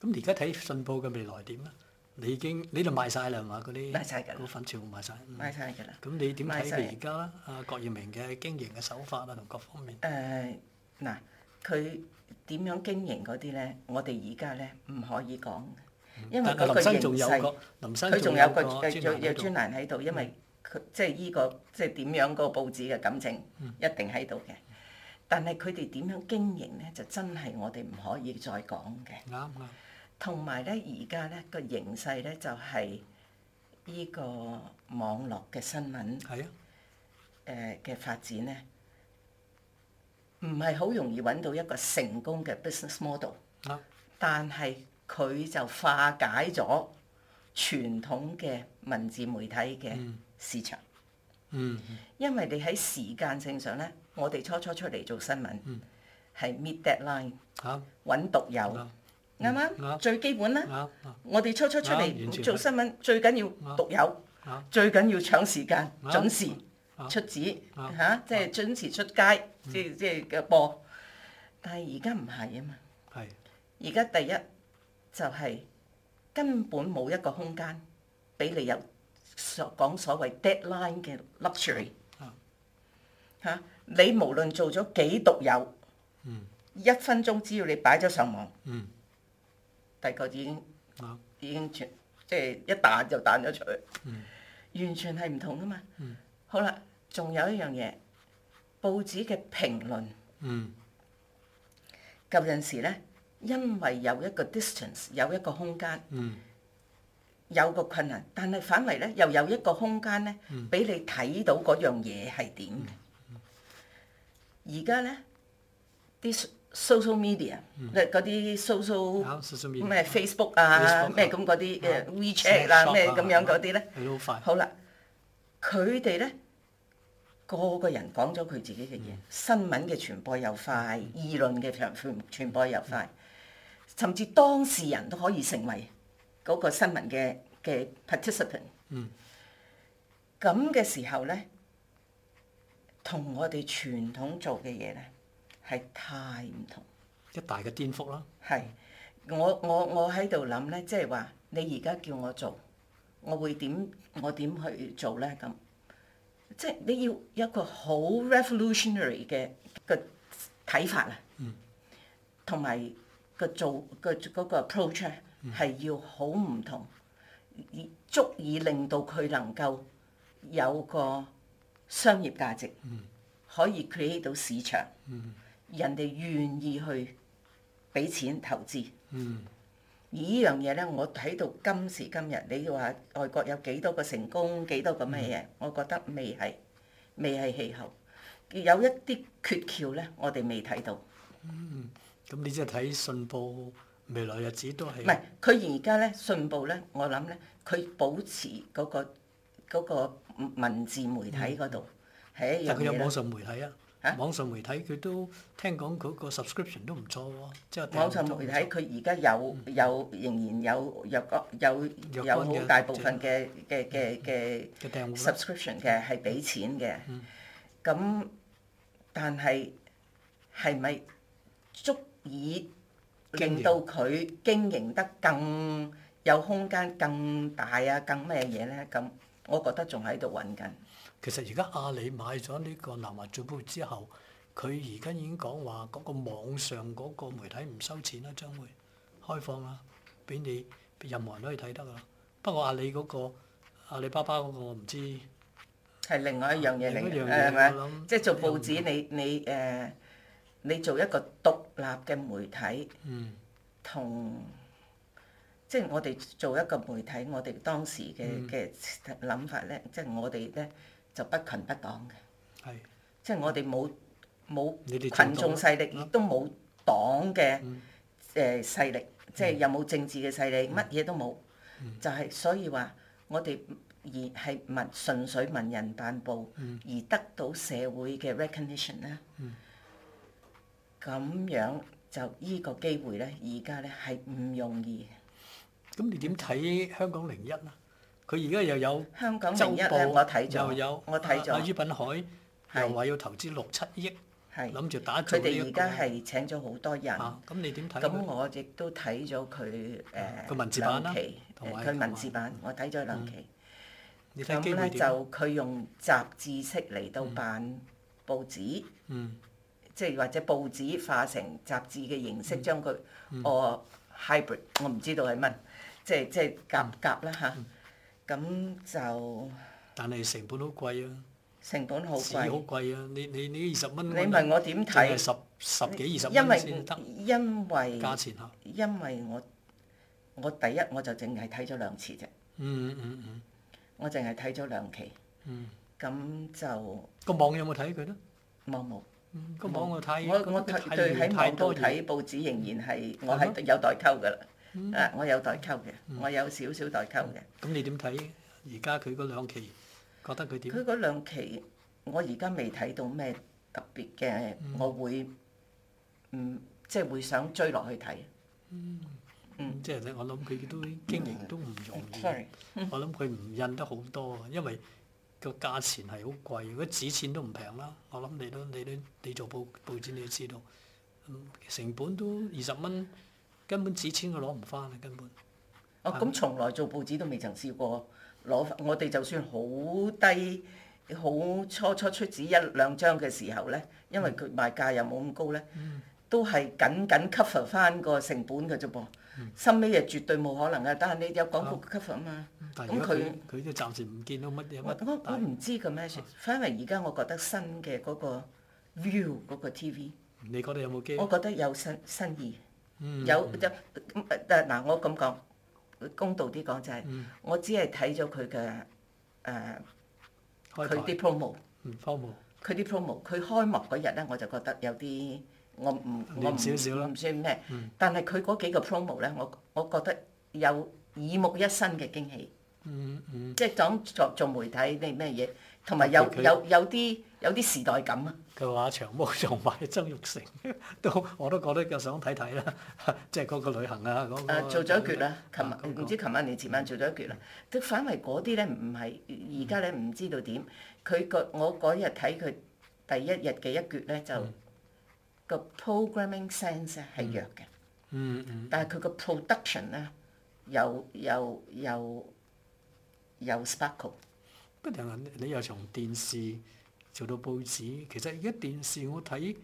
咁而家睇信報嘅未來點咧？你已經你度賣晒啦係嘛？嗰啲賣晒㗎啦股份全部賣晒。嗯買晒㗎啦。咁你點賣睇晒佢而家啊郭耀明嘅經營嘅手法啊同各方面？誒嗱，佢點樣經營嗰啲咧？我哋而家咧唔可以講，因為嗯但係嗰林個生形仲有勢個，林生佢仲有個個嘅專有欄有喺度嗯專欄喺度，因為佢即係依個即係點樣個報紙嘅感情嗯一定喺度嘅。但係佢哋點樣經營咧，就真係我哋唔可以再講嘅。啱啱。同埋咧，而家咧個形勢咧就係呢個網絡嘅新聞係啊，誒呃嘅發展咧，唔係好容易揾到一個成功嘅 business model，啱但係佢就化解咗傳統嘅文字媒體嘅市場。嗯，嗯因為你喺時間性上咧，我哋初初出嚟做新聞嗯係 mid deadline 啱揾讀友，啱嗯啱唔啱啱？最基本啦。啱啱我哋初初出啱完全嚟做新聞，最緊要讀友啱，最緊要搶時間，啱準時啱出紙啱嚇，即係準時出街，即係即係嘅播。但係而家唔係啊嘛，係而家第一就係根本冇一個空間俾你有所講所謂 deadline 嘅 luxury 啱嚇。你無論做咗幾讀友，嗯一分鐘只要你擺咗上網，嗯第個已經。啱已經全即係一彈就彈咗出去，嗯完全係唔同噶嘛。嗯好啦，仲有一樣嘢，報紙嘅評論，嗯舊陣時咧，因為有一個 distance，有一個空間，嗯有個困難，但係反為咧又有一個空間咧，俾你睇到嗰樣嘢係點嘅。而家咧啲 social media，嗰啲 social 啱少少啊面咩 Facebook 啊 Facebook，咩咁嗰啲啊誒 WeChat 啊 Snapchat 咩啊咁樣嗰啲咧，係好快，好啦，佢哋咧個個人講咗佢自己嘅嘢，新聞嘅傳播又快，議論嘅傳傳傳播又快，甚至當事人都可以成為嗰個新聞嘅嘅 participant。嗯。咁嘅時候咧，同我哋傳統做嘅嘢咧係太唔同。一大嘅顛覆啦。係，我我我喺度諗咧，即係話你而家叫我做，我會點我點去做咧？咁即係你要有一個好 revolutionary 嘅個睇法啊，同埋個做個嗰個 approach 咧係要好唔同，以足以令到佢能夠有個商業價值，可以 create 到市場，人哋願意去。俾錢投資。嗯而呢樣嘢咧，我睇到今時今日，你話外國有幾多個成功，幾多個乜嗯嘢？我覺得未係，未係氣候，有一啲缺竅咧，我哋未睇到。唔咁你即係睇信報未來日子都係係佢而家咧，信報咧，我諗咧，佢保持嗰、個嗰、個文字媒體嗰度係一樣嗯但佢有嘢網啦。上媒體啊，網上媒體佢都聽講佢個 subscription 都唔錯喎，即係訂閱網上都唔媒體錯佢而家有嗯有仍然有有有有好大部分嘅嘅嗯嘅嘅。嘅訂戶啦， subscription 嘅係俾錢嘅，咁、但係係咪足以經營令到佢經營得更有空間、更大啊、更咩嘢咧？咁我覺得仲喺度揾緊。其實而家阿里買咗呢個南華早報之後，佢而家已經講話嗰個網上嗰個媒體唔收錢啦，將會開放啦，俾你俾任何人都可以睇得噶啦。不過阿里嗰、個阿里巴巴嗰個我唔知。係另外一樣嘢嚟另一嘅，樣誒嘢係咪我諗？即係做報紙，你你誒、你做一個獨立嘅媒體，嗯同即係我哋做一個媒體，我哋當時嘅嘅諗法咧，即係我哋咧就不群不黨嘅，係即係我哋冇冇你哋做群到眾啦勢力，亦都冇黨嘅嗯誒勢力，即係又冇政治嘅勢力，乜嘢都冇，嗯就係所以話我哋。而係文純粹文人辦報，嗯而得到社會嘅 recognition 咧，咁樣就依個機會咧，而家咧係唔容易。咁你點睇香港零一啊？佢而家又有香港周零一咧，報，我睇咗，又有啊我睇阿阿咗，於品海又話要投資六七億係諗住打造佢呢哋一而個家係請咗好多人。啊，咁你點睇咁佢？我亦都睇咗佢佢誒文字版啦兩期，同埋誒佢文字版，我睇咗兩期。你睇機咁會咧點？就佢用雜誌式嚟到辦報紙，嗯即係或者報紙化成雜誌嘅形嗯式，將佢我 hybrid，我唔知道係乜，即係即係嗯夾夾啦嚇。咁就但係成本好貴啊，成本好紙好貴。貴啊！你你你二十蚊，你問我點係睇？十十幾二十因蚊先為得因為價錢嚇。因為我我第一我就淨係睇咗兩次啫，嗯嗯嗯，我淨係睇咗兩期。嗯。咁就個網有冇睇佢咧？冇冇。嗯個網我睇，我我咁佢睇對喺太網度多嘢。嗯睇報紙，仍然係係嗯我係咩有代溝噶啦。啊，我有代溝嘅，我有少少代溝嘅。咁你點睇？而家佢嗰兩期覺得佢點？佢嗰兩期，我而家未睇到咩特別嘅，我會嗯即係會想追落去睇。嗯咁即係咧，我諗佢都經營都唔容 易。 Sorry，我諗佢唔印得好多，啊因為個價錢係好貴，如果紙錢都唔平啦。我諗你都你都你做報報紙你都知道，嗯成本都二十蚊，根本紙錢佢攞唔翻啊！根本哦啊咁從來做報紙都未曾試過攞，我哋就算好低。好初初出紙一兩張嘅時候咧，因嗯為佢賣價又冇咁高咧，都係緊緊 cover 翻個成本嘅啫噃。嗯收尾又絕對冇可能嘅，但係你有廣告 cover 啊嘛。嗯但係咁如果佢佢佢都暫時唔見到乜嘢我乜我我大啊唔知個 message，反為而家我覺得新嘅嗰個 view 嗰個 TV，你覺得有冇機我會？覺得有新新意，嗯有有但嗱我咁講，公道啲講就係、嗯我只係睇咗佢嘅誒開佢台啲 promo，唔荒謬，佢啲 promo，佢開幕嗰日咧我就覺得有啲我唔我唔亂少少啦嗯唔算咩，但係佢嗰幾個 promo 咧，我我覺得有耳目一新嘅驚喜。嗯嗯，即係講做做媒體定咩嘢，同埋有特別佢有有啲有啲時代感啊！佢話長毛同埋曾玉成都我都覺得又想睇睇啦，即係嗰個旅行啊嗰、誒個呃做咗一橛啦，琴啊嗰日個唔知琴晚定前晚做咗一橛啦。即反為嗰啲咧唔係，而家嗯咧唔知道點。佢個我嗰日睇佢第一日嘅一橛咧，就嗯個 programming sense 咧係弱嘅，嗯嗯但係佢個 production 咧有有有有 sparkle。不停啊！你又從電視做到報紙，其實而家電視我睇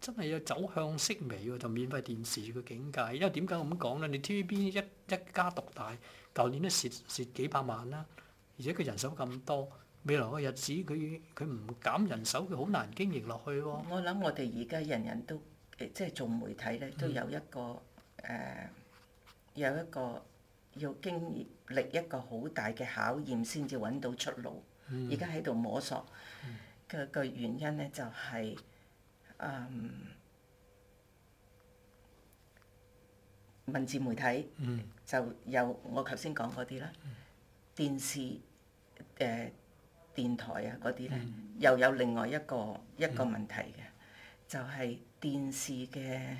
真係有走向式微喎，就免費電視嘅境界。因為點解我咁講咧？你 TVB 一一家獨大，舊年都蝕蝕幾百萬啦，而且佢人手咁多，未來嘅日子佢佢唔減人手，佢好難經營落去喎。我諗我哋而家人人都誒即係做媒體嗯咧，都有一個誒、呃有一個要經歷一個好大嘅考驗先至揾到出路。而家喺度摸索嘅個原因咧，就係、嗯文字媒體嗯就有我頭先講嗰啲啦，電視誒、呃、電台啊嗰啲咧，又有另外一個一個問題嘅，就係、電視嘅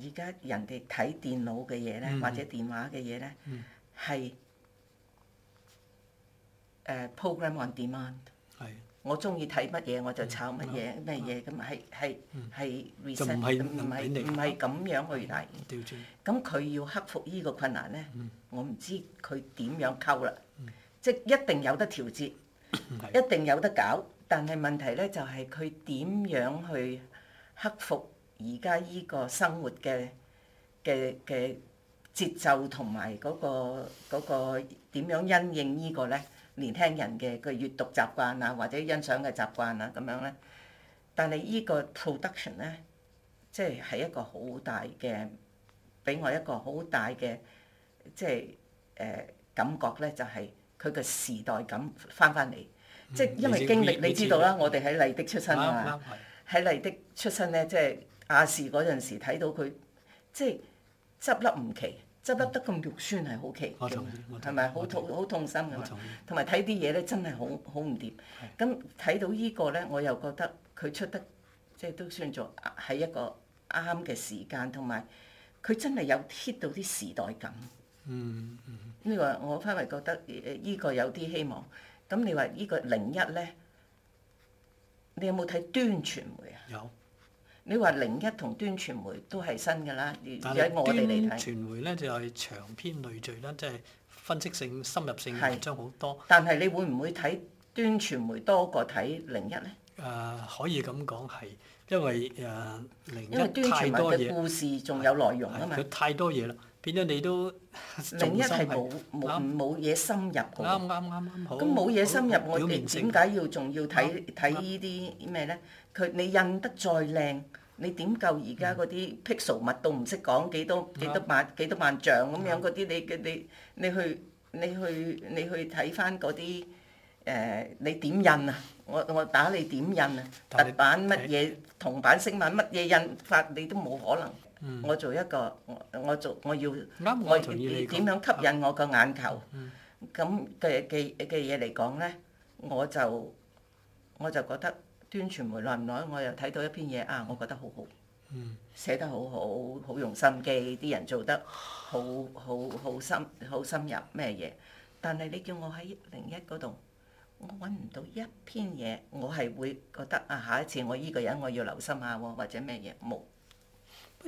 而家人哋睇電腦嘅嘢咧，或者電話嘅嘢咧，係誒、呃 ờ, program on demand。嗯係我中意睇乜嘢我就炒乜嘢咩嘢咁係係係就唔 reset 係唔唔俾係你唔係咁樣去睇。調轉咁佢要克服呢個困難咧，我唔知佢點樣溝啦。即係一定有得調節，嗯係一定有得搞，但係問題咧就係佢點樣去克服而家呢個生活嘅嘅嘅節奏同埋嗰個嗰、個點樣因應呢個咧年輕人嘅個閱讀習慣啊，或者欣賞嘅習慣啊咁樣咧。但係呢個 production 咧，即係係一個好大嘅，俾我一個好大嘅即係誒、呃感覺咧，就係佢嘅時代感翻翻嚟。嗯即係因為經歷，你知道啦，我哋喺麗的出啱身啊嘛。啱係喺麗的出身咧，即係亞視嗰陣時睇到佢，即係執笠唔奇，執笠得咁肉酸係好奇我嘅同意我同意係咪好我同痛好痛心㗎我嘛？同意。同埋睇啲嘢咧，真係好好唔掂。咁睇到呢個咧，我又覺得佢出得即係都算做啊喺一個啱嘅時間，同埋佢真係有 hit 到啲時代感。嗯呢個我反為覺得誒誒依個有啲希望。咁你話呢個零一咧，你有冇睇端傳媒啊？有，你話零一同端傳媒都係新㗎啦，而但喺係我哋嚟端睇，傳媒咧就係長篇累贅啦，即係分析性、深入性係文章好多。但係你會唔會睇端傳媒多過睇零一咧？誒、可以咁講係，因為誒、零因為一端傳太媒多嘅嘢，故事仲有內容啊嘛係，佢太多嘢啦，變咗你都零重一心係係冇冇冇嘢深入㗎啱喎。啱啱啱好。咁冇嘢深入，好我表哋面性點解要仲要睇睇呢啲咩咧？佢你印得再靚，你點夠而家嗯嗰啲 pixel 密到唔識講幾多幾多萬幾多萬像咁樣嗰啲？你嘅你你去你去你去睇翻嗰啲誒，你點印啊？我我打你點印啊？但凸係版乜嘢銅版色版乜嘢印法你都冇可能。嗯我做一個我我做我要。啱，我我同意你點講。嗯樣吸引我個眼球？咁嘅嘅嘅嘢嚟講咧，我就我就覺得端傳媒耐唔耐，我又睇到一篇嘢啊，我覺得好好，嗯寫得好好，好用心機，啲人做得好好好深好深入咩嘢？但係你叫我喺零一嗰度，我揾唔到一篇嘢，我係會覺得啊，下一次我依個人我要留心下喎，或者咩嘢冇。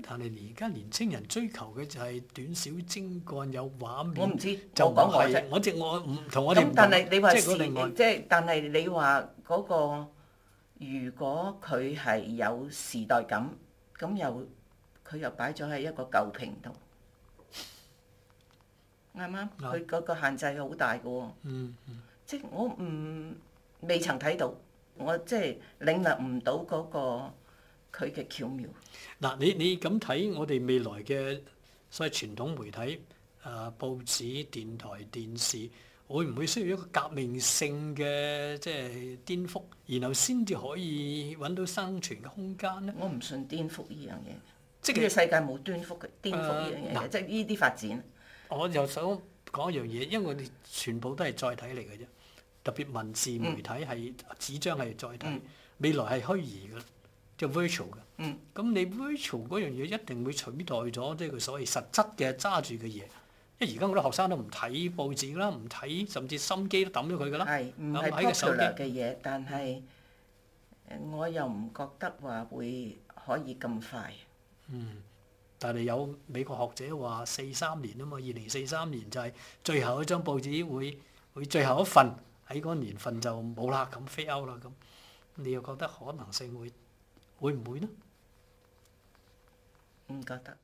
但係而家年青人追求嘅就係短小精幹，有畫我唔面，知，就我唔講我啫係。我即我唔同我哋咁唔同。但係你話即是，係嗰另外即係但係你話嗰、個，如果佢係有時代感，咁又佢又擺咗喺一個舊瓶度，啱唔啱？啱佢嗰個限制好大嘅喎，嗯。即係我唔未曾睇到，我即係領略唔到嗰、個佢嘅巧妙。嗱，你你咁睇我哋未來嘅所謂傳統媒體、誒、報紙、電台、電視，會唔會需要一個革命性嘅即係顛覆，然後先至可以揾到生存嘅空間咧？我唔信顛覆呢樣嘢，即呢係個呃世界冇顛覆嘅顛覆呢樣誒嘢，嗱即係呢啲發展。我又想講一樣嘢，因為我哋全部都係載體嚟嘅啫，特別文字媒體係紙張係載體，未來係虛擬嘅，即係 virtual 嘅。嗯咁你 virtual 嗰樣嘢一定會取代咗即係佢所謂實質嘅揸住嘅嘢，因為而家好多學生都唔睇報紙啦，唔睇甚至心機都抌咗佢噶啦。係唔係咁喺個手 popular 嘅嘢，但係誒我又唔覺得話會可以咁快。嗯但係有美國學者話四三年啊嘛，二零四三年就係最後一張報紙會會最後一份喺嗰年份就冇啦，咁飛歐啦咁，你又覺得可能性會會唔會呢？唔覺得。